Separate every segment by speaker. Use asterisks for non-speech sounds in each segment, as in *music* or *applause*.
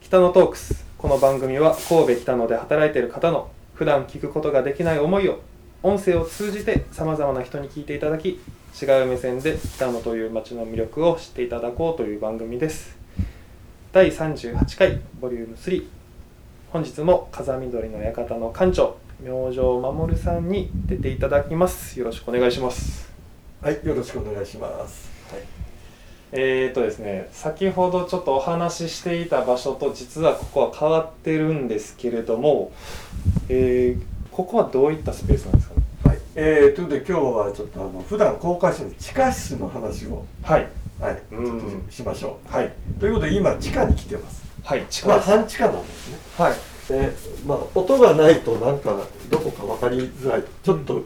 Speaker 1: 北野トークスこの番組は神戸北野で働いている方の普段聞くことができない思いを音声を通じてさまざまな人に聞いていただき違う目線で北野という街の魅力を知っていただこうという番組です第38回ボリューム3本日も風緑の館の館長明星守さんに出ていただきますよろしくお願いします
Speaker 2: はい、よろしくお願いします。はい。
Speaker 1: えーとですね、先ほどちょっとお話ししていた場所と実はここは変わってるんですけれども、えーここはどういったスペースなんですかね
Speaker 2: はい、えー、ということで今日はちょっとあの普段公開してる地下室の話を
Speaker 1: はい
Speaker 2: はい、ち
Speaker 1: う
Speaker 2: ょ
Speaker 1: ん
Speaker 2: っとしましょう。
Speaker 1: はい
Speaker 2: ということで今地下に来てます。
Speaker 1: はい地下
Speaker 2: まあ
Speaker 1: です、
Speaker 2: 半地下なんですね。
Speaker 1: はい
Speaker 2: で、まあ音がないとなんかどこかわかりづらい。ちょっと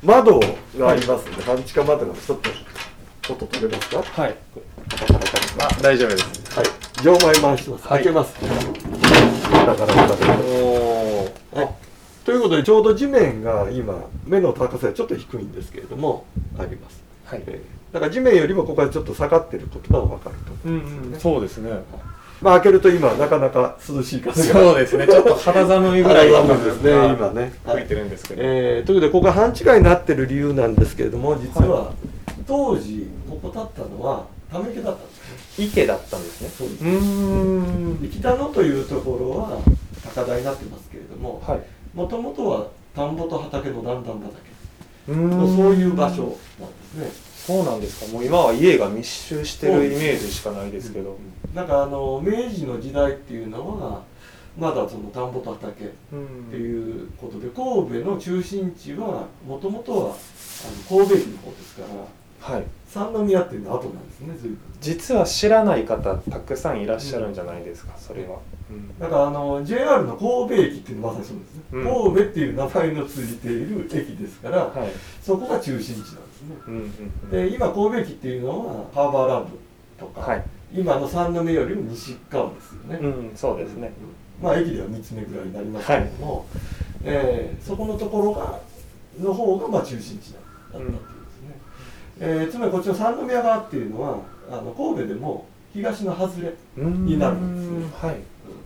Speaker 2: 窓がありますんで、半地下窓がちょっと音取れますか？
Speaker 1: はい
Speaker 2: カタカタカタ
Speaker 1: あ大丈夫です
Speaker 2: はい。錠前回します。
Speaker 1: はい
Speaker 2: 開けます。だからだから
Speaker 1: お。おー、
Speaker 2: はい、ということでちょうど地面が今目の高さよりちょっと低いんですけれどもあります、
Speaker 1: はい
Speaker 2: えーだから地面よりもここはちょっと下がってることが分かると、
Speaker 1: うんうんそうですね
Speaker 2: まあ、開けると今なかなか涼しい風が
Speaker 1: そうですねちょっと肌寒いぐらい
Speaker 2: 肌寒いですね今ね
Speaker 1: 吹いてるんですけど、
Speaker 2: えーということでここが半地下になってる理由なんですけれども実は、当時ここ立ったのはため池だったんですね
Speaker 1: 池だったんですね
Speaker 2: そうです
Speaker 1: うーん
Speaker 2: 北野というところは高台になってますけれども
Speaker 1: はい
Speaker 2: もともとは田んぼと畑の段々畑
Speaker 1: うーん
Speaker 2: のそういう場所なんですね、
Speaker 1: そうなんですかもう今は家が密集してるイメージしかないですけど
Speaker 2: なんかあの明治の時代っていうのはまだその田んぼと畑っ
Speaker 1: うん
Speaker 2: ていうことで神戸の中心地はもともとはあの神戸駅の方ですから
Speaker 1: はい
Speaker 2: 三宮っていうのは後なんですね随分
Speaker 1: 実は知らない方たくさんいらっしゃるんじゃないですか、それは、
Speaker 2: だからあの JR の神戸駅っていうのはまさにそうですね、
Speaker 1: うん
Speaker 2: 神戸っていう名前のついている駅ですから、
Speaker 1: はい、
Speaker 2: そこが中心地なんですね
Speaker 1: うんうんうん、
Speaker 2: で今神戸駅っていうのはハーバーランドとか、
Speaker 1: はい、
Speaker 2: 今の三宮よりも西側ですよね、
Speaker 1: うん、そうですね、
Speaker 2: まあ駅では3つ目ぐらいになりますけれども、えーそこのところがの方がまあ中心地だったっていうんですね、えーつまりこっちの三宮側っていうのはあの神戸でも東の外れ
Speaker 1: うん
Speaker 2: になるんですね
Speaker 1: はい、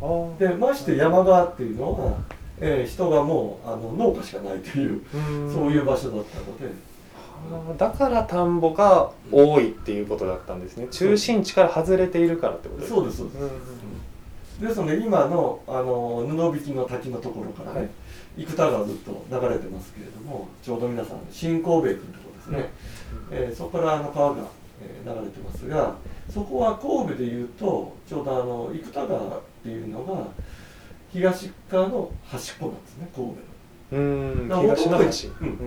Speaker 1: あー
Speaker 2: でまして山側っていうのは、えー人がもうあの農家しかないという
Speaker 1: うん
Speaker 2: そういう場所だったので
Speaker 1: あーだから田んぼが多いっていうことだったんですね中心地から外れているからってことです
Speaker 2: そうですそう
Speaker 1: う
Speaker 2: で
Speaker 1: んうん
Speaker 2: すですので今のあの布引きの滝のところからね、
Speaker 1: はい
Speaker 2: 生田川ずっと流れてますけれどもちょうど皆さん新神戸駅のところですね、
Speaker 1: うん
Speaker 2: えーそこからあの川が、えー流れてますがそこは神戸でいうとちょうどあの生田川っていうのが東側の端っこなんですね神戸の,、
Speaker 1: うん
Speaker 2: だから
Speaker 1: 東の端、
Speaker 2: うん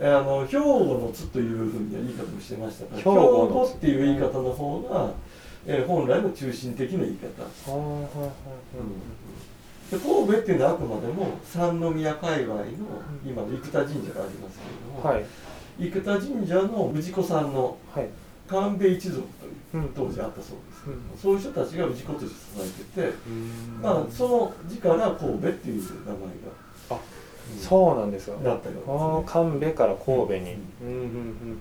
Speaker 2: えーあの兵庫の津というふうには言い方もしてましたから
Speaker 1: 兵
Speaker 2: 兵
Speaker 1: 庫
Speaker 2: 庫
Speaker 1: の
Speaker 2: っていう言い方の方が、えー本来の中心的な言い方、
Speaker 1: あーはいはいはい
Speaker 2: で神戸っていうのはあくまでも三宮界隈の今の生田神社がありますけれども、
Speaker 1: はい
Speaker 2: 生田神社の氏子さんの
Speaker 1: はい
Speaker 2: 官兵衛一族という
Speaker 1: うん
Speaker 2: 当時あったそうです、
Speaker 1: うん
Speaker 2: そういう人たちが氏子として支えてて、
Speaker 1: うん
Speaker 2: まあその字から神戸っていう名前
Speaker 1: あ
Speaker 2: が、
Speaker 1: そうなんですよ
Speaker 2: うんなったようですね
Speaker 1: あー神戸から神戸に、うんうん
Speaker 2: うん、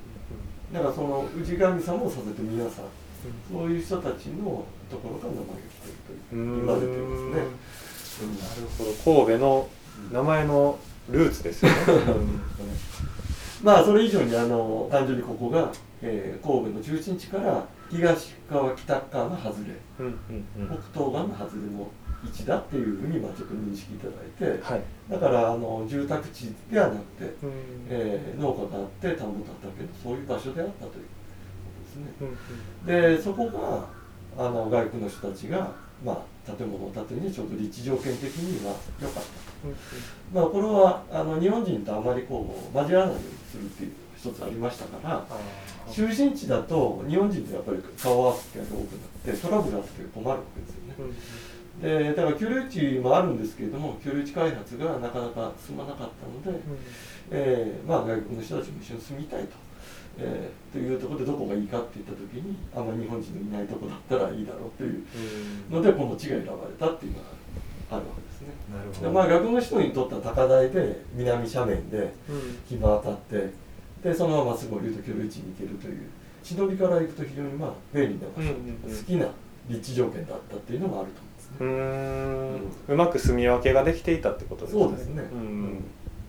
Speaker 2: だからその氏神様をさせて皆さんそういう人たちのところから名前が来てると
Speaker 1: う
Speaker 2: い
Speaker 1: ん
Speaker 2: う
Speaker 1: うん
Speaker 2: 言われてますね、うん
Speaker 1: なるほど神戸の名前のルーツですよね
Speaker 2: まあそれ以上にあの単純にここが、えー神戸の中心地から東側北側の外れ
Speaker 1: うんうんうん
Speaker 2: 北東側の外れの位置だっていうふうにまあちょっと認識いただいて
Speaker 1: はい、
Speaker 2: だからあの住宅地ではなくて、
Speaker 1: うん
Speaker 2: えー農家があって田んぼだったけどそういう場所であったということ
Speaker 1: うん
Speaker 2: ですねでそこがあの外国の人たちが、まあ、建物を建てるにちょうど立地条件的には良かったまあ、これはあの日本人とあまりこう交わらないようにするっていう一つありましたから
Speaker 1: あー
Speaker 2: 中心地だと日本人とやっぱり顔を合わす機会が多くなってトラブルあって困るわけですよね
Speaker 1: うん
Speaker 2: でだから居留地もあるんですけれども居留地開発がなかなか進まなかったので、えーまあ、外国の人たちも一緒に住みたいと。えーというところでどこがいいかって言った時にあんまり日本人のいないとこだったらいいだろうという
Speaker 1: うん
Speaker 2: のでこの地が選ばれたっていうのがあるわけですね。
Speaker 1: なるほ
Speaker 2: で
Speaker 1: ど、
Speaker 2: まあ学部の人にとっては高台で南斜面で
Speaker 1: うん
Speaker 2: 日が当たってでそのまま真っすぐ降りると距離地に行けるという地取りから行くと非常にまあ便利な場所、
Speaker 1: うんうんうん
Speaker 2: 好きな立地条件だったっていうのがあると思うんですです
Speaker 1: うーん
Speaker 2: ね。
Speaker 1: うまく住み分けができていたってことですね
Speaker 2: そうですね
Speaker 1: うん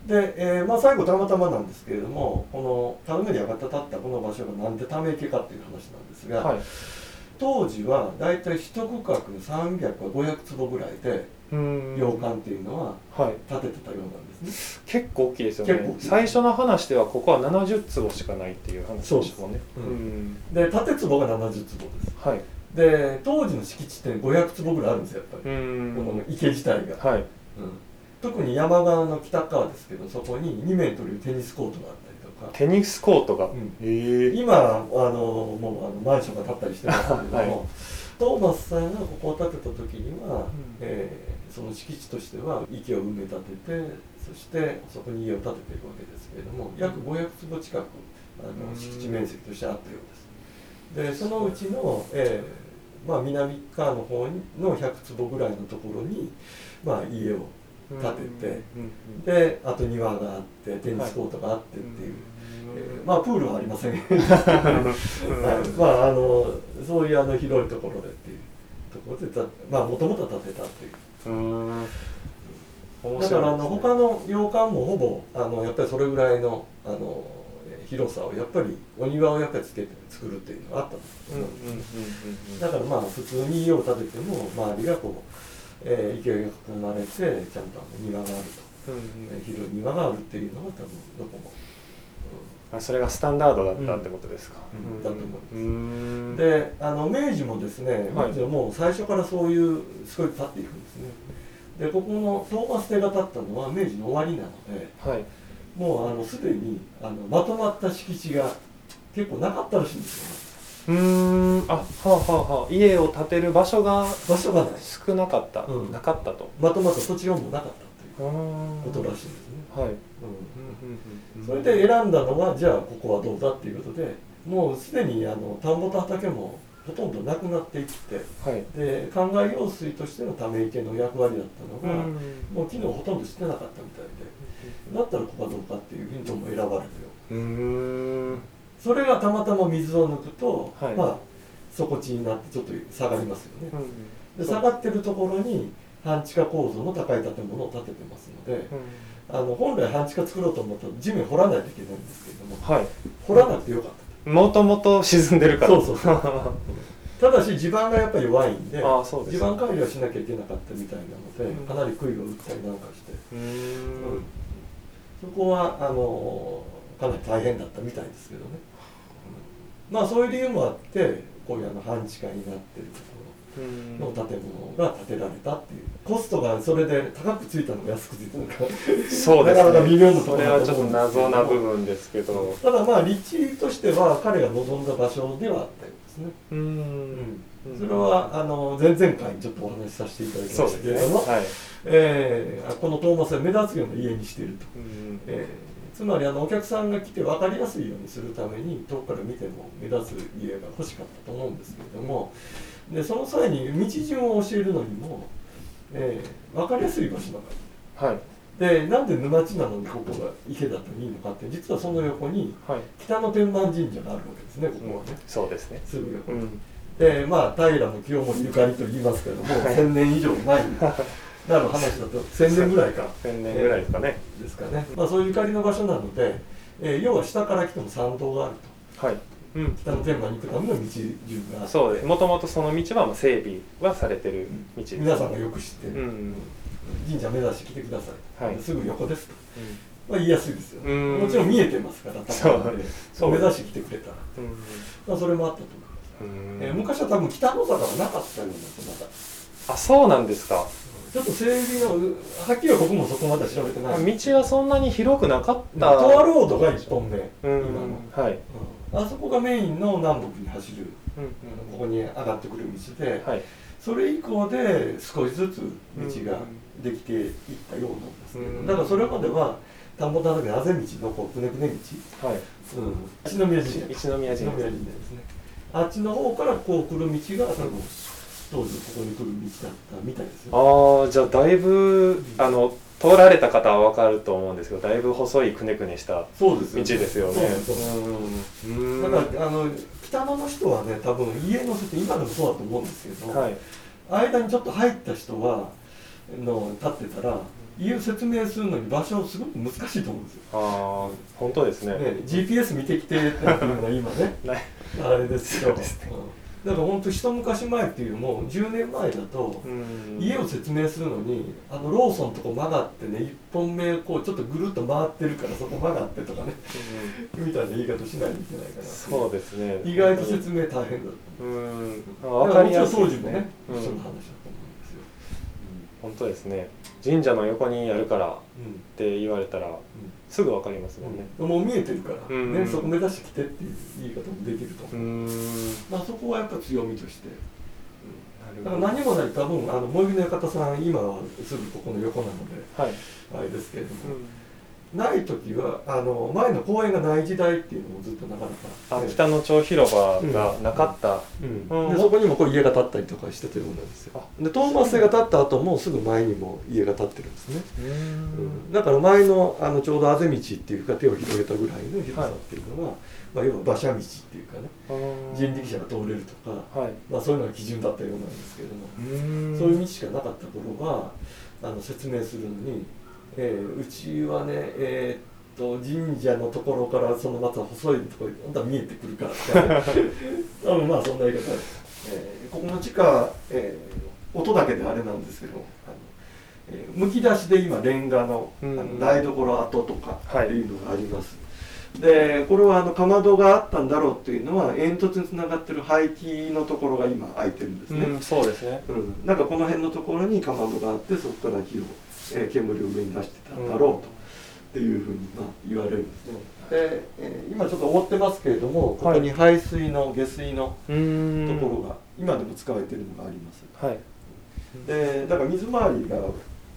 Speaker 2: で、えーまあ、最後たまたまなんですけれどもこの田沼に上がった立ったこの場所がなんでため池かっていう話なんですが、
Speaker 1: はい
Speaker 2: 当時はだいたい一区画300か500坪ぐらいで
Speaker 1: うーん
Speaker 2: 洋館っていうのは
Speaker 1: はい
Speaker 2: 建ててたようなんですね。
Speaker 1: 結構大きいですよね
Speaker 2: 結構大きい
Speaker 1: 最初の話ではここは70坪しかないっていう話でしたもんね
Speaker 2: そううです
Speaker 1: ん
Speaker 2: で建坪が70坪です。
Speaker 1: はいう
Speaker 2: で当時の敷地って500坪ぐらいあるんですよやっぱり
Speaker 1: ー、ん
Speaker 2: この池自体が。
Speaker 1: はい
Speaker 2: うん特に山側の北側ですけどそこに2メートルテニスコートがあったりとか
Speaker 1: テニスコートが、
Speaker 2: うん
Speaker 1: ええ
Speaker 2: 今あのもうあのマンションが建ったりしてますけれども、
Speaker 1: はい
Speaker 2: トーマスさんがここを建てた時には、
Speaker 1: ん
Speaker 2: えーその敷地としては池を埋め立ててそしてそこに家を建てているわけですけれども約500坪近くあ
Speaker 1: うん
Speaker 2: の敷地面積としてあったようですでそのうちの、えーまあ、南側の方の100坪ぐらいのところに、まあ、家を建てて
Speaker 1: うんうん
Speaker 2: であと庭があってテニスコートがあってっていう、
Speaker 1: うん
Speaker 2: えーまあプールはありません
Speaker 1: うん
Speaker 2: はいまああのそういうあの広いところでっていうところでたまあもともと建てたっていう
Speaker 1: うん面白いで
Speaker 2: だ
Speaker 1: すね
Speaker 2: からあの他の洋館もほぼあのやっぱりそれぐらいのあのえー広さをやっぱりお庭をやっぱりつけて作るっていうのがあったんですけ
Speaker 1: う
Speaker 2: ど
Speaker 1: んうんうんうんうん
Speaker 2: だからまあ普通に家を建てても周りがこう、えー、池が囲まれてちゃんとあの庭がある
Speaker 1: うんう
Speaker 2: と、え
Speaker 1: ん
Speaker 2: ー広い庭があるっていうのが多分どこも、
Speaker 1: あそれがスタンダードだったってことですか、
Speaker 2: うん
Speaker 1: うん
Speaker 2: だと思います
Speaker 1: うん
Speaker 2: であの明治もですね、
Speaker 1: はい
Speaker 2: 明治はもう最初からそういうすごい建っていくんですねでここのトーマス邸が建ったのは明治の終わりなので
Speaker 1: はい
Speaker 2: もうあのすでにあのまとまった敷地が結構なかったらしいんですよね
Speaker 1: うーんあはあはあはあ家を建てる場所が
Speaker 2: 場所がない
Speaker 1: 少なかった、
Speaker 2: うん
Speaker 1: なかったと
Speaker 2: まとまった土地がもうなかったと
Speaker 1: うーん
Speaker 2: いうことらしいんですね、
Speaker 1: はい、
Speaker 2: うん
Speaker 1: うん
Speaker 2: それで選んだのはじゃあここはどうだっていうことでもうすでにあの田んぼと畑もほとんどなくなっていって
Speaker 1: はい、
Speaker 2: で灌漑用水としてのため池の役割だったのが、もう機能ほとんどしてなかったみたいでだったらここはどうかっていうヒントも選ばれるよ
Speaker 1: うーん
Speaker 2: それがたまたま水を抜くと、
Speaker 1: はい
Speaker 2: まあ底地になってちょっと下がりますよね、
Speaker 1: うん
Speaker 2: で下がってるところに半地下構造の高い建物を建ててますので、
Speaker 1: うん
Speaker 2: あの本来半地下作ろうと思ったら地面掘らないといけないんですけれども
Speaker 1: はい
Speaker 2: 掘らなくてよかっ
Speaker 1: もともと沈んでるから
Speaker 2: そうそうそたただし地盤がやっぱり弱いんで
Speaker 1: ああそうです
Speaker 2: 地盤管理はしなきゃいけなかったみたいなので、
Speaker 1: うん
Speaker 2: かなり杭を打ったりなんかして
Speaker 1: うーん
Speaker 2: そこはあのかなり大変だったみたいですけどね、まあそういう理由もあってこういうあの半地下になってると
Speaker 1: うん
Speaker 2: ころの建物が建てられたっていうコストがそれで高くついたのか安くついたのか
Speaker 1: そ
Speaker 2: *laughs*
Speaker 1: うですね
Speaker 2: なかなか微妙なとこ
Speaker 1: そ
Speaker 2: ろ
Speaker 1: れ
Speaker 2: だ
Speaker 1: はち
Speaker 2: と
Speaker 1: ょっ
Speaker 2: 思
Speaker 1: と
Speaker 2: うんですけど
Speaker 1: 謎な部分ですけど
Speaker 2: ただまあ立地としては彼が望んだ場所ではあったようですね、
Speaker 1: うーん
Speaker 2: それはあの前々回にちょっとお話しさせていただき
Speaker 1: そ
Speaker 2: ま
Speaker 1: う
Speaker 2: し
Speaker 1: で
Speaker 2: た
Speaker 1: すね
Speaker 2: けれども、
Speaker 1: はい
Speaker 2: えーこのトーマスは目立つような家にしていると。
Speaker 1: うん
Speaker 2: えーつまりあのお客さんが来て分かりやすいようにするために遠くから見ても目立つ家が欲しかったと思うんですけれどもでその際に道順を教えるのにも、えー分かりやすい場所だか
Speaker 1: はい
Speaker 2: らでなんで沼地なのにここが池だといいのかって実はその横に
Speaker 1: はい
Speaker 2: 北野天満神社があるわけですねここはね、
Speaker 1: そうですね
Speaker 2: すぐ横
Speaker 1: う
Speaker 2: に。
Speaker 1: ん
Speaker 2: でまあ平清盛ゆかりと言いますけども
Speaker 1: はい
Speaker 2: 1000年以上前になる話だと1000年ぐらいか。
Speaker 1: 千年ぐらいですかね
Speaker 2: ですかね、まあ、そういうゆかりの場所なので、えー要は下から来ても参道があると
Speaker 1: はいうん
Speaker 2: 北の天満に行くための道順があって
Speaker 1: そうですもともとその道はもう整備はされてる道です
Speaker 2: 皆さんがよく知って
Speaker 1: う
Speaker 2: る、
Speaker 1: ん
Speaker 2: 神社目指して来てください、
Speaker 1: はい
Speaker 2: すぐ横ですと、まあ、言いやすいですよね
Speaker 1: うん
Speaker 2: もちろん見えてますから高
Speaker 1: そう
Speaker 2: いんで
Speaker 1: そう
Speaker 2: 目指して来てくれたら、
Speaker 1: うん
Speaker 2: まあ、それもあったと思います、
Speaker 1: うん
Speaker 2: えー昔は多分北の坂はなかったようなんですまだ
Speaker 1: あそうなんですか
Speaker 2: ちょっと整備のうはっきりは僕もそこまでは調べてないんです
Speaker 1: 道はそんなに広くなかった
Speaker 2: まあトアロードが1本目、
Speaker 1: うん
Speaker 2: 今の、うん
Speaker 1: はい
Speaker 2: あそこがメインの南北に走る
Speaker 1: うん
Speaker 2: ここに上がってくる道で、
Speaker 1: はい
Speaker 2: それ以降で少しずつ道ができていったようなんですけど、
Speaker 1: うん
Speaker 2: だからそれまでは田んぼ田畑あぜ道のこうくねくね道、
Speaker 1: はい
Speaker 2: うん、一宮神
Speaker 1: 一
Speaker 2: 社
Speaker 1: 宮神
Speaker 2: 一宮
Speaker 1: 社
Speaker 2: 神社ですねあっちの方からこう来る道が多分当時ここに来る道だったみたいですよ
Speaker 1: ああじゃあだいぶあの通られた方は分かると思うんですけどだいぶ細いくねくねした
Speaker 2: そうです
Speaker 1: 道ですよね
Speaker 2: そうそう
Speaker 1: うん
Speaker 2: だからあの北野の人はね多分家の人って今でもそうだと思うんですけど、
Speaker 1: はい
Speaker 2: あ間にちょっと入った人はの立ってたら家を説明するのに場所すごく難しいと思うんですよ。
Speaker 1: ああ本当ですね
Speaker 2: ね、GPS 見てきてっていうのが今ね
Speaker 1: ない
Speaker 2: あれです
Speaker 1: *laughs* そう
Speaker 2: よ
Speaker 1: ですね
Speaker 2: うんだから本当一昔前っていうもう10年前だと、
Speaker 1: うん
Speaker 2: 家を説明するのにあのローソンとこ曲がってね1本目こうちょっとぐるっと回ってるからそこ曲がってとかね *laughs* みたいな言い方しないといけないから
Speaker 1: そうですね
Speaker 2: 意外と説明大変だ
Speaker 1: うんあ
Speaker 2: と
Speaker 1: わかりやすい
Speaker 2: も
Speaker 1: で
Speaker 2: ち
Speaker 1: す
Speaker 2: ろん掃除もね、
Speaker 1: うん
Speaker 2: 一緒の話だと思うんですよ、
Speaker 1: 本当ですね神社の横にやるからっ
Speaker 2: うん
Speaker 1: て言われたらすぐわかりますもんね
Speaker 2: うんもう見えてるから、
Speaker 1: うん
Speaker 2: ね、そこ目指してきてっていう言い方もできると思う、
Speaker 1: うん
Speaker 2: まあ、そこはやっぱ強みとしてだ
Speaker 1: な
Speaker 2: か
Speaker 1: る
Speaker 2: ら
Speaker 1: ほど
Speaker 2: 何もない多分あの萌木の館さん今はすぐここの横なので
Speaker 1: はい
Speaker 2: あれですけれども、ない時はあの前の公園がない時代っていうのもずっとなかなか、
Speaker 1: あ
Speaker 2: ね
Speaker 1: 北野町広場がなかった
Speaker 2: うん
Speaker 1: うん
Speaker 2: でそこにもこう家が建ったりとかしてたようなんですよ
Speaker 1: あ
Speaker 2: でトーマス製が建った後もすぐ前にも家が建ってるんですね、
Speaker 1: う
Speaker 2: うんだから前のあのちょうどあぜ道っていうか手を広げたぐらいの広さっていうのは、まあ、要は馬車道っていうかね人力車が通れるとか、
Speaker 1: はい
Speaker 2: まあ、そういうのが基準だったようなんですけれども、
Speaker 1: そ
Speaker 2: そういう道しかなかった頃はあの説明するのに、えーうちはね、えーっと神社のところからそのまた細いところほんとは見えてくるからって
Speaker 1: *laughs*
Speaker 2: 多分まあそんな言い方です、えーここの地下、えー音だけであれなんですけどあの、えーむき出しで今レンガのあ
Speaker 1: うん
Speaker 2: の台所跡とか
Speaker 1: はい
Speaker 2: っていうのがあります、でこれはあのかまどがあったんだろうっていうのは煙突につながってる排気のところが今開いてるんですね、
Speaker 1: うんそうですね
Speaker 2: うん、なんかこの辺のところにかまどがあってそこから火を、えー煙を上に出してたんだろうと、っていうふうにまあ言われるんですねで、えー今ちょっと覆ってますけれどもここに排水の下水の
Speaker 1: う
Speaker 2: と
Speaker 1: ん
Speaker 2: ころが今でも使われてるのがあります
Speaker 1: がはい
Speaker 2: でだから水回りが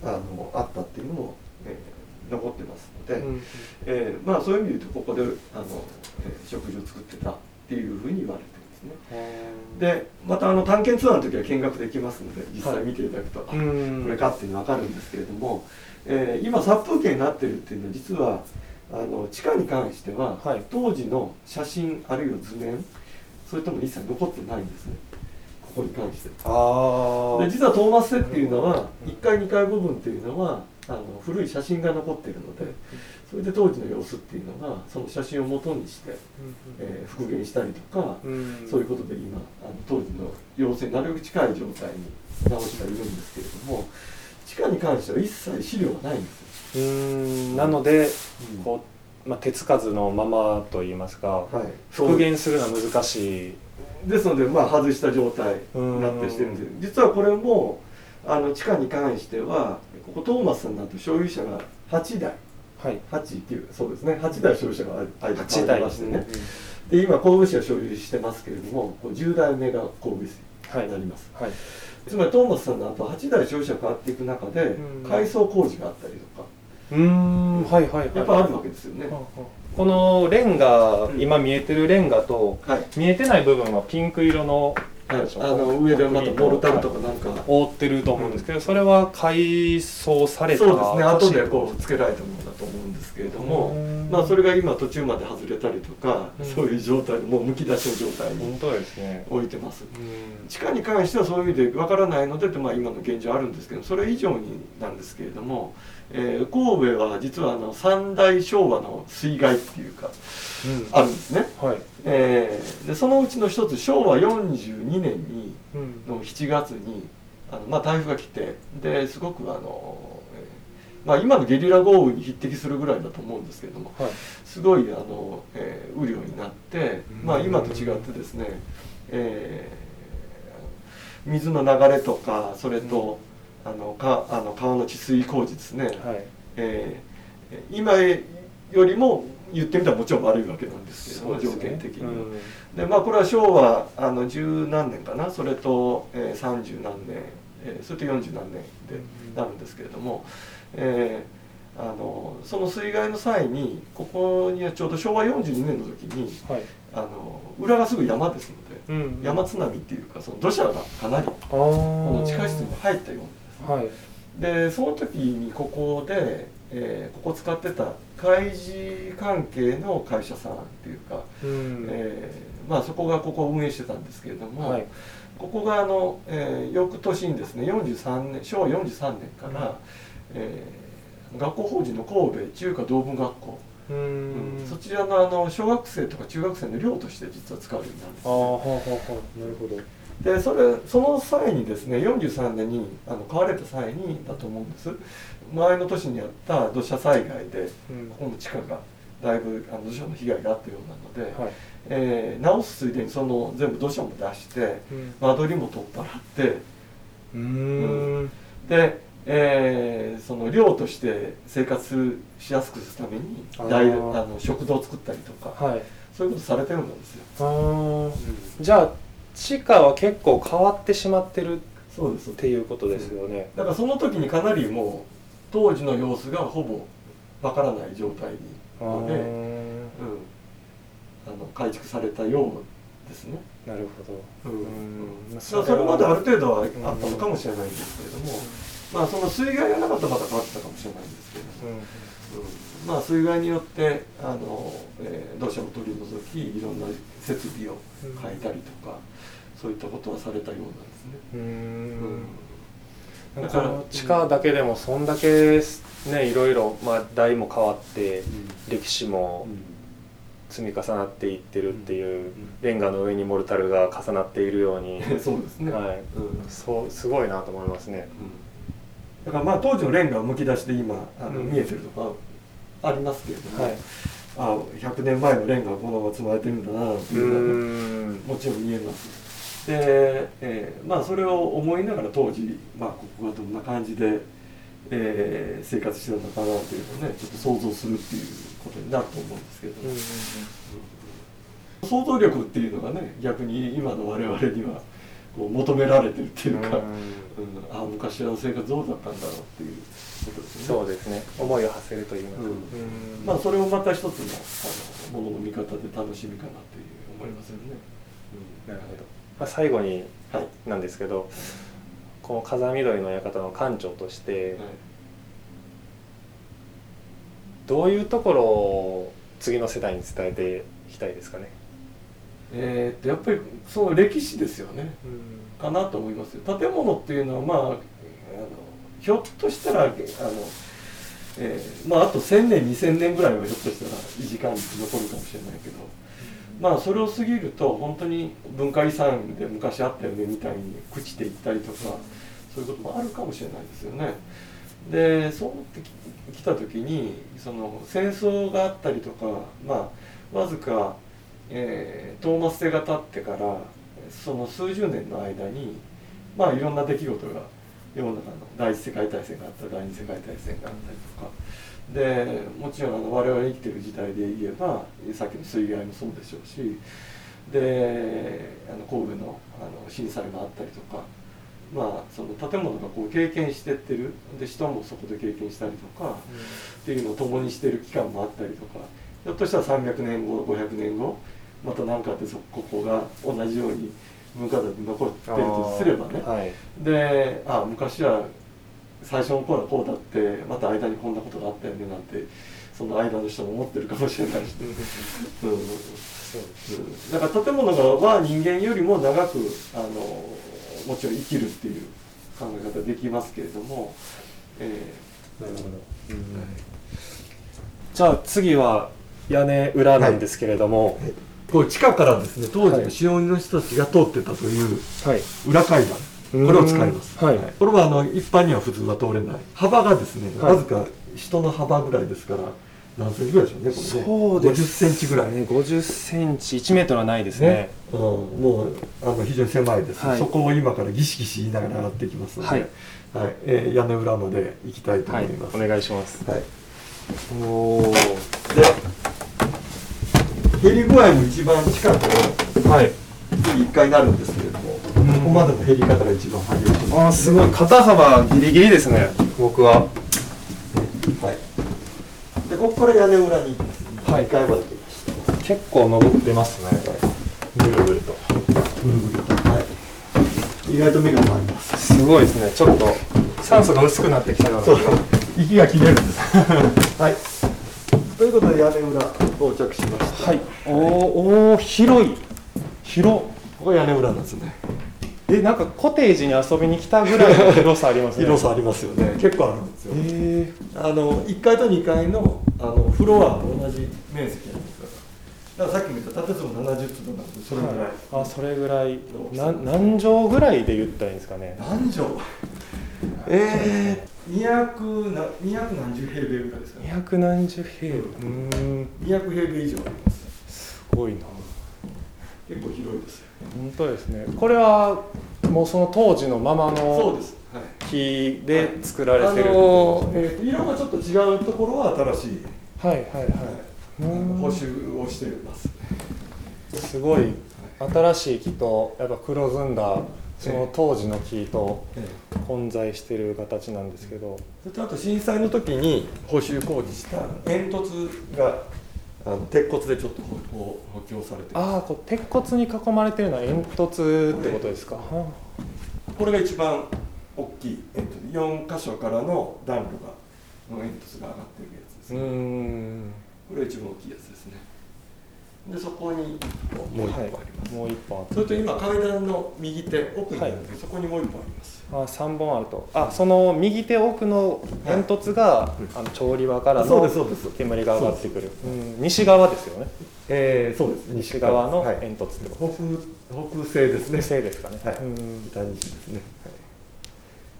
Speaker 2: あのあったっていうのも、えー残ってますので、
Speaker 1: うん
Speaker 2: えーまあそういう意味で言うとここであの、えー食事を作ってたっていうふうに言われてるんですねでまたあの探検ツアーの時は見学できますので実際見ていただくと、あ
Speaker 1: うん
Speaker 2: これかっていうの分かるんですけれども、えー今殺風景になってるっていうのは実はあの地下に関しては、
Speaker 1: はい
Speaker 2: 当時の写真あるいは図面それとも一切残ってないんですねここに関してで
Speaker 1: ああ
Speaker 2: 実はトーマス製っていうのは
Speaker 1: うん
Speaker 2: 1階2階部分っていうのはあの古い写真が残ってるのでそれで当時の様子っていうのがその写真を元にして、えー復元したりとか、
Speaker 1: うん
Speaker 2: そういうことで今あの当時の様子になるべく近い状態に直してはいるんですけれども地下に関しては一切資料がないんですよ。
Speaker 1: うんなので
Speaker 2: うん
Speaker 1: こうまあ手つかずのままといいますか
Speaker 2: はい、
Speaker 1: 復元するのは難しい
Speaker 2: ですので、まあ、外した状態になってしてるんです
Speaker 1: う
Speaker 2: よ実はこれもあの地下に関してはここトーマスさんだと所有者が8台
Speaker 1: はい
Speaker 2: 89そうですね8台所有者があり
Speaker 1: 八台
Speaker 2: ま
Speaker 1: で
Speaker 2: し
Speaker 1: す
Speaker 2: て
Speaker 1: ね
Speaker 2: ねで今神戸市は所有してますけれどもこう10代目が神戸市
Speaker 1: はい
Speaker 2: になります、
Speaker 1: はい
Speaker 2: つまりトーマスさんの後8代消費者変わっていく中で
Speaker 1: うん
Speaker 2: 改装工事があったりとか
Speaker 1: うんはいはいはい
Speaker 2: やっぱあるわけですよね、
Speaker 1: このレンガ
Speaker 2: うん
Speaker 1: 今見えてるレンガと
Speaker 2: はい、はい、
Speaker 1: 見えてない部分はピンク色の
Speaker 2: あ
Speaker 1: なんでしょう
Speaker 2: の上でまたモルタルとかなんか、
Speaker 1: 覆ってると思うんですけどそれは改装された
Speaker 2: そうですね後で
Speaker 1: こ
Speaker 2: こう付けられたものだと思うんですけれども
Speaker 1: うん
Speaker 2: まあそれが今途中まで外れたりとか
Speaker 1: うん
Speaker 2: そういう状態でもうむき出しの状態
Speaker 1: う
Speaker 2: に
Speaker 1: 本当ですね
Speaker 2: 置いてます
Speaker 1: うん
Speaker 2: 地下に関してはそういう意味でわからないのでって、まあ、今の現状あるんですけどそれ以上になんですけれども、えー神戸は実はあの三大昭和の水害っていうかあるんですね、
Speaker 1: はい
Speaker 2: えーでそのうちの一つ昭和42年にの7月にあの、まあ、台風が来てですごくあの、えーまあ、今のゲリラ豪雨に匹敵するぐらいだと思うんですけれども
Speaker 1: はい
Speaker 2: すごいあの、えー雨量になって、まあ、今と違ってですね、えー水の流れとかそれと、あのかあの川の治水工事ですね、
Speaker 1: はい
Speaker 2: えー今よりも言ってみたらもちろん悪いわけなんですけれども、条件的には。
Speaker 1: うん
Speaker 2: でまあこれは昭和あの十何年かなそれと、えー、30何年、えーそれと40何年で
Speaker 1: うん
Speaker 2: なるんですけれども、えーあのその水害の際にここにはちょうど昭和42年の時に
Speaker 1: はい
Speaker 2: あの裏がすぐ山ですので、
Speaker 1: うん
Speaker 2: 山津波っていうかその土砂がかなりこ
Speaker 1: あこ
Speaker 2: の地下室に入ったようなんですね。
Speaker 1: はい
Speaker 2: でその時にここで、えーここ使ってた開示関係の会社さんっていうか、
Speaker 1: うん
Speaker 2: えーまあ、そこがここを運営してたんですけれども、
Speaker 1: はい
Speaker 2: ここがあの、えー翌年にですね43年昭和43年から、
Speaker 1: うん
Speaker 2: えー学校法人の神戸中華同文学校、
Speaker 1: うーん
Speaker 2: そちらのあの小学生とか中学生の寮として実は使うようになるんです
Speaker 1: ああは
Speaker 2: ね
Speaker 1: あはあはあなるほど
Speaker 2: でそれその際にですね43年にあの買われた際にだと思うんです前の年にあった土砂災害で
Speaker 1: うん
Speaker 2: ここの地下がだいぶあの土砂の被害があったようなので、
Speaker 1: はい
Speaker 2: えー直すついでにその全部土砂も出して
Speaker 1: うん
Speaker 2: 間取りも取っ払って
Speaker 1: うーん
Speaker 2: で、えーその寮として生活しやすくするために
Speaker 1: あー
Speaker 2: 大あの食堂を作ったりとか、
Speaker 1: はい
Speaker 2: そういうことされたようなんですよ、
Speaker 1: あーじゃあ地下は結構変わってしまってる
Speaker 2: そうです
Speaker 1: っていうことですよね
Speaker 2: だからその時にかなりもう当時の様子がほぼわからない状態に
Speaker 1: あ
Speaker 2: ので、うん、
Speaker 1: ー
Speaker 2: あの改築されたようですね、
Speaker 1: なるほど
Speaker 2: うん
Speaker 1: うん
Speaker 2: それそれまである程度はあったのかもしれないんですけれども、まあその水害がなかったらまた変わってたかもしれないんですけれども、うんまあ、水害によってあの、えー土砂を取り除きいろんな設備を変えたりとか、そういったことはされたようなんですね。
Speaker 1: うんう
Speaker 2: うん
Speaker 1: ん
Speaker 2: だ
Speaker 1: こ
Speaker 2: から
Speaker 1: の地下だけでもそんだけねいろいろまあ代も変わって歴史も積み重なっていってるっていうレンガの上にモルタルが重なっているように
Speaker 2: *laughs* そうですね、
Speaker 1: はい
Speaker 2: うん
Speaker 1: そうすごいなと思いますね
Speaker 2: だからまあ当時のレンガをむき出しで今あの
Speaker 1: うん
Speaker 2: 見えてるとかありますけれども、
Speaker 1: はい
Speaker 2: あ100年前のレンガがこのまま積まれてるんだなって
Speaker 1: う
Speaker 2: いうの
Speaker 1: ん
Speaker 2: はもちろん見えますで、えーまあそれを思いながら当時、まあ、ここがどんな感じで、えー生活してたのかなというのをねちょっと想像するっていうことになると思うんですけれども、想像力っていうのがね逆に今の我々にはこう求められてるっていうか、うん、あ昔の生活どうだったんだろうっていうことですね
Speaker 1: そうですね思いを馳せると言います
Speaker 2: うん
Speaker 1: うん
Speaker 2: まあそれもまた一つのあのものの見方で楽しみかなっていう思いますよね、うん
Speaker 1: なるほどまあ最後に
Speaker 2: はい、
Speaker 1: なんですけどこの風見鶏の館の館長として
Speaker 2: はい
Speaker 1: どういうところを次の世代に伝えていきたいですかね
Speaker 2: えーっとやっぱりその歴史ですよねかなと思いますよ建物っていうのはまああのひょっとしたらあの、えーまああと1000年2000年ぐらいはひょっとしたら維持管理に残るかもしれないけどまあそれを過ぎると本当に文化遺産で昔あったよねみたいに朽ちていったりとかそういうこともあるかもしれないですよね。でそうなってききた時にその戦争があったりとか、まあ、わずか、えー、トーマス制が立ってからその数十年の間に、まあ、いろんな出来事が世の中の第一次世界大戦があったり第二次世界大戦があったりとか。でもちろんあの我々生きてる時代で言えばさっきの水害もそうでしょうしであの神戸のあの震災もあったりとか、まあ、その建物がこう経験してってるで人もそこで経験したりとかっていうのを共にしてる期間もあったりとかひょっとしたら300年後500年後また何かあってそここが同じように文化財に残ってるとすればね。
Speaker 1: はい
Speaker 2: であ昔は最初の頃はこうだってまた間にこんなことがあったよねなんてその間の人も思ってるかもしれないし、うんうん、
Speaker 1: そうです
Speaker 2: だから建物がは人間よりも長くあのもちろん生きるっていう考え方できますけれども、えー
Speaker 1: なるほど
Speaker 2: はい
Speaker 1: じゃあ次は屋根裏なんですけれども
Speaker 2: こう地下からですね当時
Speaker 1: は
Speaker 2: の
Speaker 1: い
Speaker 2: 使用人の人たちが通ってたという
Speaker 1: はい、
Speaker 2: 裏階段、これを使います
Speaker 1: はい
Speaker 2: これはあの一般には普通は通れない幅がですね、
Speaker 1: はい
Speaker 2: わずか人の幅ぐらいですから何センチぐらいでしょうねこれね
Speaker 1: そうです
Speaker 2: 50センチぐらい
Speaker 1: ね50センチ1メートルはないですね
Speaker 2: ね、うん、もうあの非常に狭いです、
Speaker 1: はい
Speaker 2: そこを今からギシギシ言いながら上がっていきますので、
Speaker 1: は
Speaker 2: はいいえー屋根裏まで行きたいと思
Speaker 1: はい
Speaker 2: います、
Speaker 1: お願いします
Speaker 2: はい
Speaker 1: おお
Speaker 2: で減り具合も一番近くの
Speaker 1: はい
Speaker 2: 次1階になるんですけれども、ここまでの減り方が一番激しい
Speaker 1: あーすごい肩幅ギリギリですね僕は
Speaker 2: はいでここから屋根裏に行きます
Speaker 1: はい
Speaker 2: 1階まで来ました
Speaker 1: 結構登ってますねぐるぐると
Speaker 2: ぐるぐるとはい意外と目が回ります
Speaker 1: すごいですねちょっと酸素が薄くなってきたような
Speaker 2: そう息が切れるんです *laughs* はいということで屋根裏到着しました
Speaker 1: はいおーおー広い広っ
Speaker 2: ここが屋根裏なんですね
Speaker 1: えなんかコテージに遊びに来たぐらいの広さありますね
Speaker 2: *laughs* 広さありますよね結構あるんですよ
Speaker 1: え
Speaker 2: あの1階と2階のあのフロアと同じ面積なんですからだからさっき見た建物70坪なんでそ
Speaker 1: え
Speaker 2: れぐらい、
Speaker 1: あそれぐらいな何畳ぐらいで言ったらいいんですかね
Speaker 2: 何畳えー、200, な200何十平米ぐらいですかね
Speaker 1: 2何十平米うーん
Speaker 2: 200平米以上あります
Speaker 1: すごいな
Speaker 2: 結構広いですよ
Speaker 1: 本当ですねこれはもうその当時のまま
Speaker 2: そう
Speaker 1: の
Speaker 2: ですはい
Speaker 1: 木で作られてる
Speaker 2: あのえーと色がちょっと違うところは新しい、
Speaker 1: はいはい
Speaker 2: あの補
Speaker 1: は
Speaker 2: 修をしてます
Speaker 1: いすごい新しい木とやっぱ黒ずんだその当時の木と
Speaker 2: ええ
Speaker 1: 混在してる形なんですけど
Speaker 2: それとあと震災の時に補修工事した煙突があの鉄骨でちょっと補補補強されてる
Speaker 1: ああこう鉄骨に囲まれてるのは煙突ってことですか、は
Speaker 2: これが一番大きい煙突4箇所からの暖炉がの煙突が上がってるやつです
Speaker 1: あうー
Speaker 2: ね、
Speaker 1: ん
Speaker 2: これが一番大きいやつですねでそこにもう一個あります、
Speaker 1: もう一本
Speaker 2: それと今階段の右手奥にあるんですけど、そこにもう一本あります
Speaker 1: あ3本あるとあその右手奥の煙突が、あの調理場から
Speaker 2: そう
Speaker 1: の
Speaker 2: ですそうです
Speaker 1: 煙が上がってくる、うん西側ですよね
Speaker 2: えー、そうです
Speaker 1: 西側の
Speaker 2: はい
Speaker 1: 煙突ってこと
Speaker 2: 北北西ですね
Speaker 1: 西ですかね、
Speaker 2: はい
Speaker 1: うん
Speaker 2: 北西ですね、はい、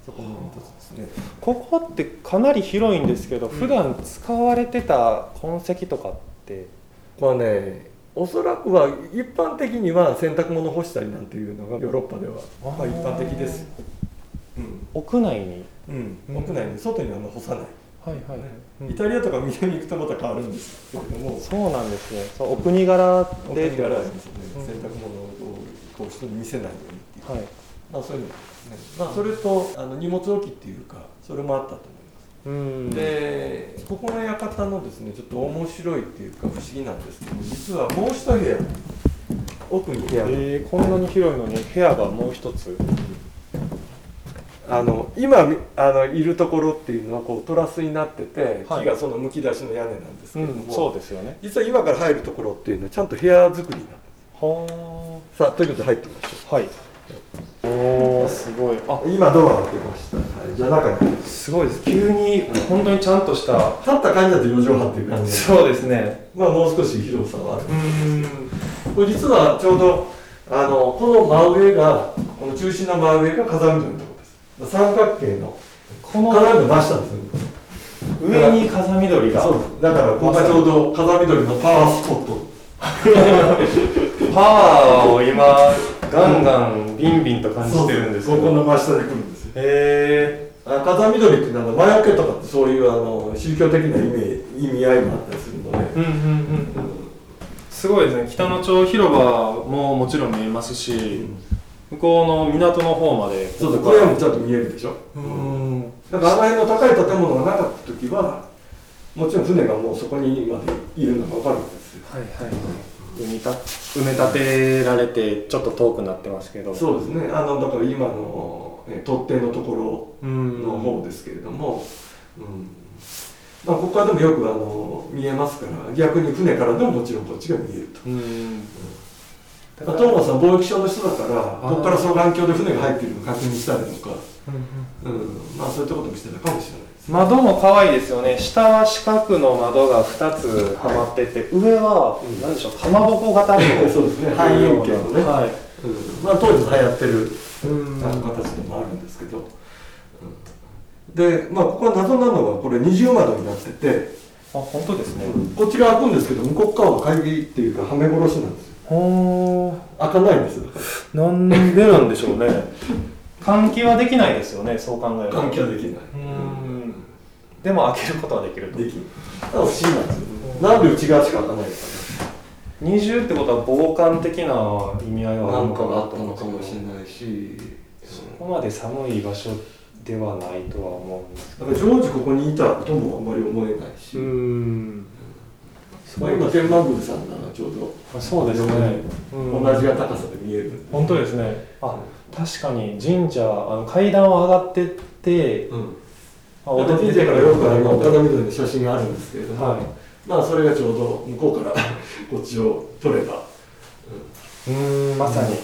Speaker 2: そこの煙突ですね
Speaker 1: ここってかなり広いんですけど、普段使われてた痕跡とかって
Speaker 2: まあねおそらくは一般的には洗濯物干したりなんていうのがヨーロッパでは
Speaker 1: あー
Speaker 2: まあ、一般的です、うん
Speaker 1: 屋内に
Speaker 2: うん、屋内に外にあんま干さない、
Speaker 1: はいは
Speaker 2: ね
Speaker 1: うん
Speaker 2: イタリアとか南に行くとまた変わるんですけれども
Speaker 1: そうなんですねそうお国柄
Speaker 2: 本当
Speaker 1: で
Speaker 2: に柄ですね、
Speaker 1: うん
Speaker 2: 洗濯物をこう人に見せないようにっていう、
Speaker 1: はい
Speaker 2: まあそういうのもありますね、まあ、それとあの荷物置きっていうかそれもあったと思います
Speaker 1: うん
Speaker 2: でここの館のですねちょっと面白いっていうか不思議なんですけど実はもう一部屋奥に部屋が
Speaker 1: えーこんなに広いのに部屋がもう一つ
Speaker 2: あの今みあのいるところっていうのはこうトラスになってて、
Speaker 1: はい
Speaker 2: 木がそのむき出しの屋根なんですけれども、
Speaker 1: そうですよね
Speaker 2: 実は今から入るところっていうのはちゃんと部屋作りなんで
Speaker 1: は
Speaker 2: すさあということで入ってみまし
Speaker 1: あはいおおすごいあ
Speaker 2: ょう今ドア開けました、はい、じゃあ中に入ります
Speaker 1: すごいです急に本当にちゃんとした
Speaker 2: 立った感じだと4畳半っていう感じで
Speaker 1: そうですね
Speaker 2: まあもう少し広さはある
Speaker 1: うん
Speaker 2: これ実はちょうどあのこの真上がこの中心の真上が風見鳥のところです三角形の
Speaker 1: この
Speaker 2: 風見鳥真下ですよね
Speaker 1: 上に風見鳥が
Speaker 2: そうですだからここがちょうど風見鳥のパワースポット
Speaker 1: パワーを今ガンガンビンビンと感じてるんですけ
Speaker 2: ここ
Speaker 1: ど
Speaker 2: の真下で来るんですよ
Speaker 1: へえ
Speaker 2: あ風見鳥っていうのは魔除けとかってそういうあの宗教的な意味意味合いもあったりするので、
Speaker 1: うんうんうんすごいですね北の町広場ももちろん見えますし向こうの港の方まで
Speaker 2: そうそうこれはもうちゃんと見えるでしょ
Speaker 1: うん
Speaker 2: だからあの辺の高い建物がなかった時はもちろん船がもうそこにまでいるのが分かるんですよ
Speaker 1: はいはい埋めた埋め立てられてちょっと遠くなってますけど
Speaker 2: そうですね、あのだから今の、えー取っ手のとこ
Speaker 1: う
Speaker 2: ろの
Speaker 1: ん
Speaker 2: 方ですけれども、うんまあ、ここはでもよくあの見えますから、逆に船からでももちろんこっちが見えると。
Speaker 1: うん
Speaker 2: だからトーマスは貿易商の人だから、
Speaker 1: ー
Speaker 2: ここから双眼鏡で船が入っているのを確認したりとか、うんまあ、そういったこともしてたかもしれないです。
Speaker 1: 窓も可愛いですよね下は四角の窓が2つはまってて、上は
Speaker 2: うん
Speaker 1: 何でしょうかまぼこ型の
Speaker 2: *laughs* そうですね
Speaker 1: 汎用
Speaker 2: 汎用形のね
Speaker 1: はい
Speaker 2: うんまあ、当時流行ってる
Speaker 1: うん
Speaker 2: あの形でもあるんですけど、で、まあ、ここは謎なのは、これ二重窓になってて、
Speaker 1: あ本当ですね
Speaker 2: こっち側開くんですけど、向こう側は会議っていうか、はめ殺しなんですよ。
Speaker 1: ほ
Speaker 2: 開かないんですよ。
Speaker 1: ーなんでなんでしょうね換気はできないですよねそう考えると
Speaker 2: 換気はできない。
Speaker 1: うんでも開けることはできると
Speaker 2: できる。だから不思議なんですよ。なんで内側しか開かないのか
Speaker 1: 二重ってことは防寒的な意味合い
Speaker 2: な。
Speaker 1: はあ
Speaker 2: な
Speaker 1: る
Speaker 2: ん
Speaker 1: の
Speaker 2: か
Speaker 1: か
Speaker 2: が
Speaker 1: な
Speaker 2: あった
Speaker 1: と
Speaker 2: の
Speaker 1: 思
Speaker 2: か
Speaker 1: うん
Speaker 2: も
Speaker 1: ですけ
Speaker 2: しれ
Speaker 1: ど
Speaker 2: ないし、
Speaker 1: ここまで寒い場所ではないとは思うんです
Speaker 2: だから常時ここにいたともあんまり思えないし、
Speaker 1: んそ
Speaker 2: まあ、
Speaker 1: う
Speaker 2: 今、天満宮さんならちょうど
Speaker 1: そうですね、うん
Speaker 2: 同じ高さで見える。
Speaker 1: 本当ですねあ確かに神社あの階段を上がってって
Speaker 2: うん。
Speaker 1: あ
Speaker 2: あ
Speaker 1: 踊っ
Speaker 2: 神
Speaker 1: て
Speaker 2: 社
Speaker 1: て
Speaker 2: からよくあの、岡田緑の写真があるんですけれども、
Speaker 1: は
Speaker 2: *laughs* まあそれがちょうど向こうからこっちを取れば、
Speaker 1: うんまさに、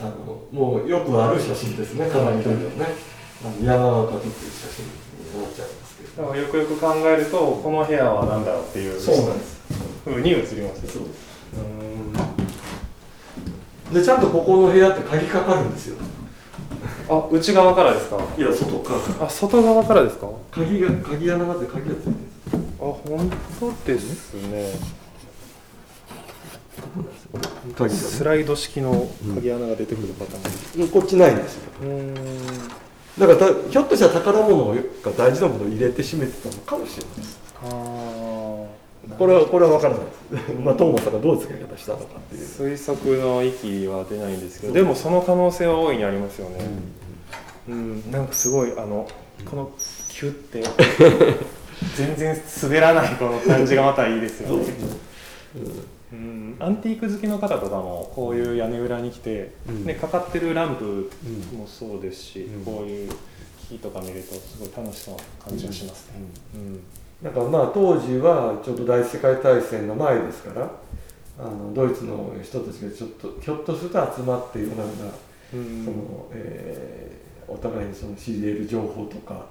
Speaker 2: あのもうよくある写真ですね鏡にとってはねあの山形という写真になっちゃいますけ
Speaker 1: だ
Speaker 2: ど
Speaker 1: からよくよく考えるとこの部屋は何だろうっていう
Speaker 2: んです
Speaker 1: ふうに映ります
Speaker 2: そう
Speaker 1: うん
Speaker 2: でちゃんとここの部屋って鍵かかるんですよ
Speaker 1: あ内側からですか
Speaker 2: いや外から
Speaker 1: あ外側からですかあ
Speaker 2: 鍵が鍵穴があって鍵がついてるんです
Speaker 1: 本当ですね
Speaker 2: 鍵
Speaker 1: スライド式の鍵穴が出てくるパター
Speaker 2: がねこっちないんですよ
Speaker 1: ンうん
Speaker 2: だからたひょっとしたら宝物を大事なものを入れて閉めてたのかもしれないです
Speaker 1: あ
Speaker 2: これはこれは分からない *laughs* ですまあ友さんがどういう使い方したのかって
Speaker 1: ー
Speaker 2: いう、
Speaker 1: 推測の域は出ないんですけどでもその可能性は大いにありますよねうんなんかすごいあのこのキュッ *laughs* て全然滑らないこの感じがまたいいですよ
Speaker 2: そう
Speaker 1: ね
Speaker 2: ですね
Speaker 1: うん、アンティーク好きの方とかもこういう屋根裏に来て、
Speaker 2: うん
Speaker 1: ね、かかってるランプ
Speaker 2: うん
Speaker 1: もそうですし、
Speaker 2: うん
Speaker 1: こういう木とか見るとすごい楽しそうな感じがしますね。うん
Speaker 2: なんかまあ当時はちょうど第一次世界大戦の前ですからあのドイツの人たちがちょっとひょっとすると集まっていろんな、
Speaker 1: うん
Speaker 2: そのえーお互いにその知り得る情報とか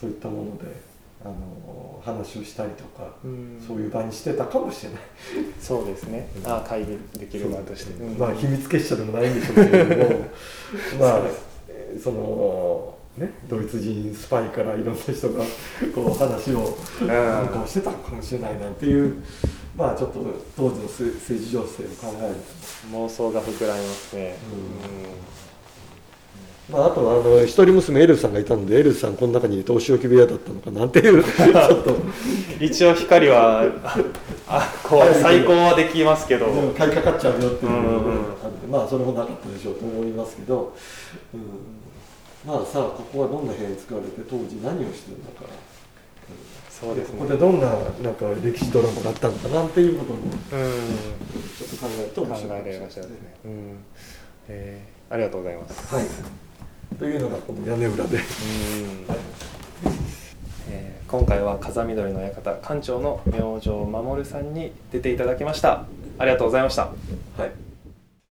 Speaker 2: そういったものであの話をしたりとか、
Speaker 1: うん
Speaker 2: そういう場にしてたかもしれない、
Speaker 1: そうですね、
Speaker 2: うん
Speaker 1: ああ会議できる場として、
Speaker 2: まあ秘密結社でもないんでしょうけれ *laughs* どもまあ
Speaker 1: そうです
Speaker 2: えーそのねドイツ人スパイからいろんな人がこう話を
Speaker 1: うん
Speaker 2: なんかをしてたのかもしれないなんていうまあちょっと当時のせ政治情勢を考える
Speaker 1: 妄想が膨らみますね、
Speaker 2: と、まあ、あとはあの一人娘エルさんがいたのでエルさんこの中にいてお仕置き部屋だったのかなんていう *laughs* ちょっと
Speaker 1: うん一応光は *laughs* ああこう最高はできますけど、
Speaker 2: 買いかかっちゃうよっていうの
Speaker 1: うん
Speaker 2: があってまあそれもなかったでしょうと思いますけど、うん、まあさあここはどんな部屋に作られて当時何をしてるのか
Speaker 1: そうですね
Speaker 2: ここでどんななんか歴史ドラマだったのかなんていうことも
Speaker 1: うん
Speaker 2: ちょっと考えると面
Speaker 1: 考
Speaker 2: 白いか
Speaker 1: えら
Speaker 2: もしれ
Speaker 1: れ
Speaker 2: ない
Speaker 1: ましたですね。うん。えーありがとうございます。
Speaker 2: はいというのがこの屋根裏で。
Speaker 1: うん。えー今回は風緑の館館長の明星守さんに出ていただきました。ありがとうございました。
Speaker 2: はい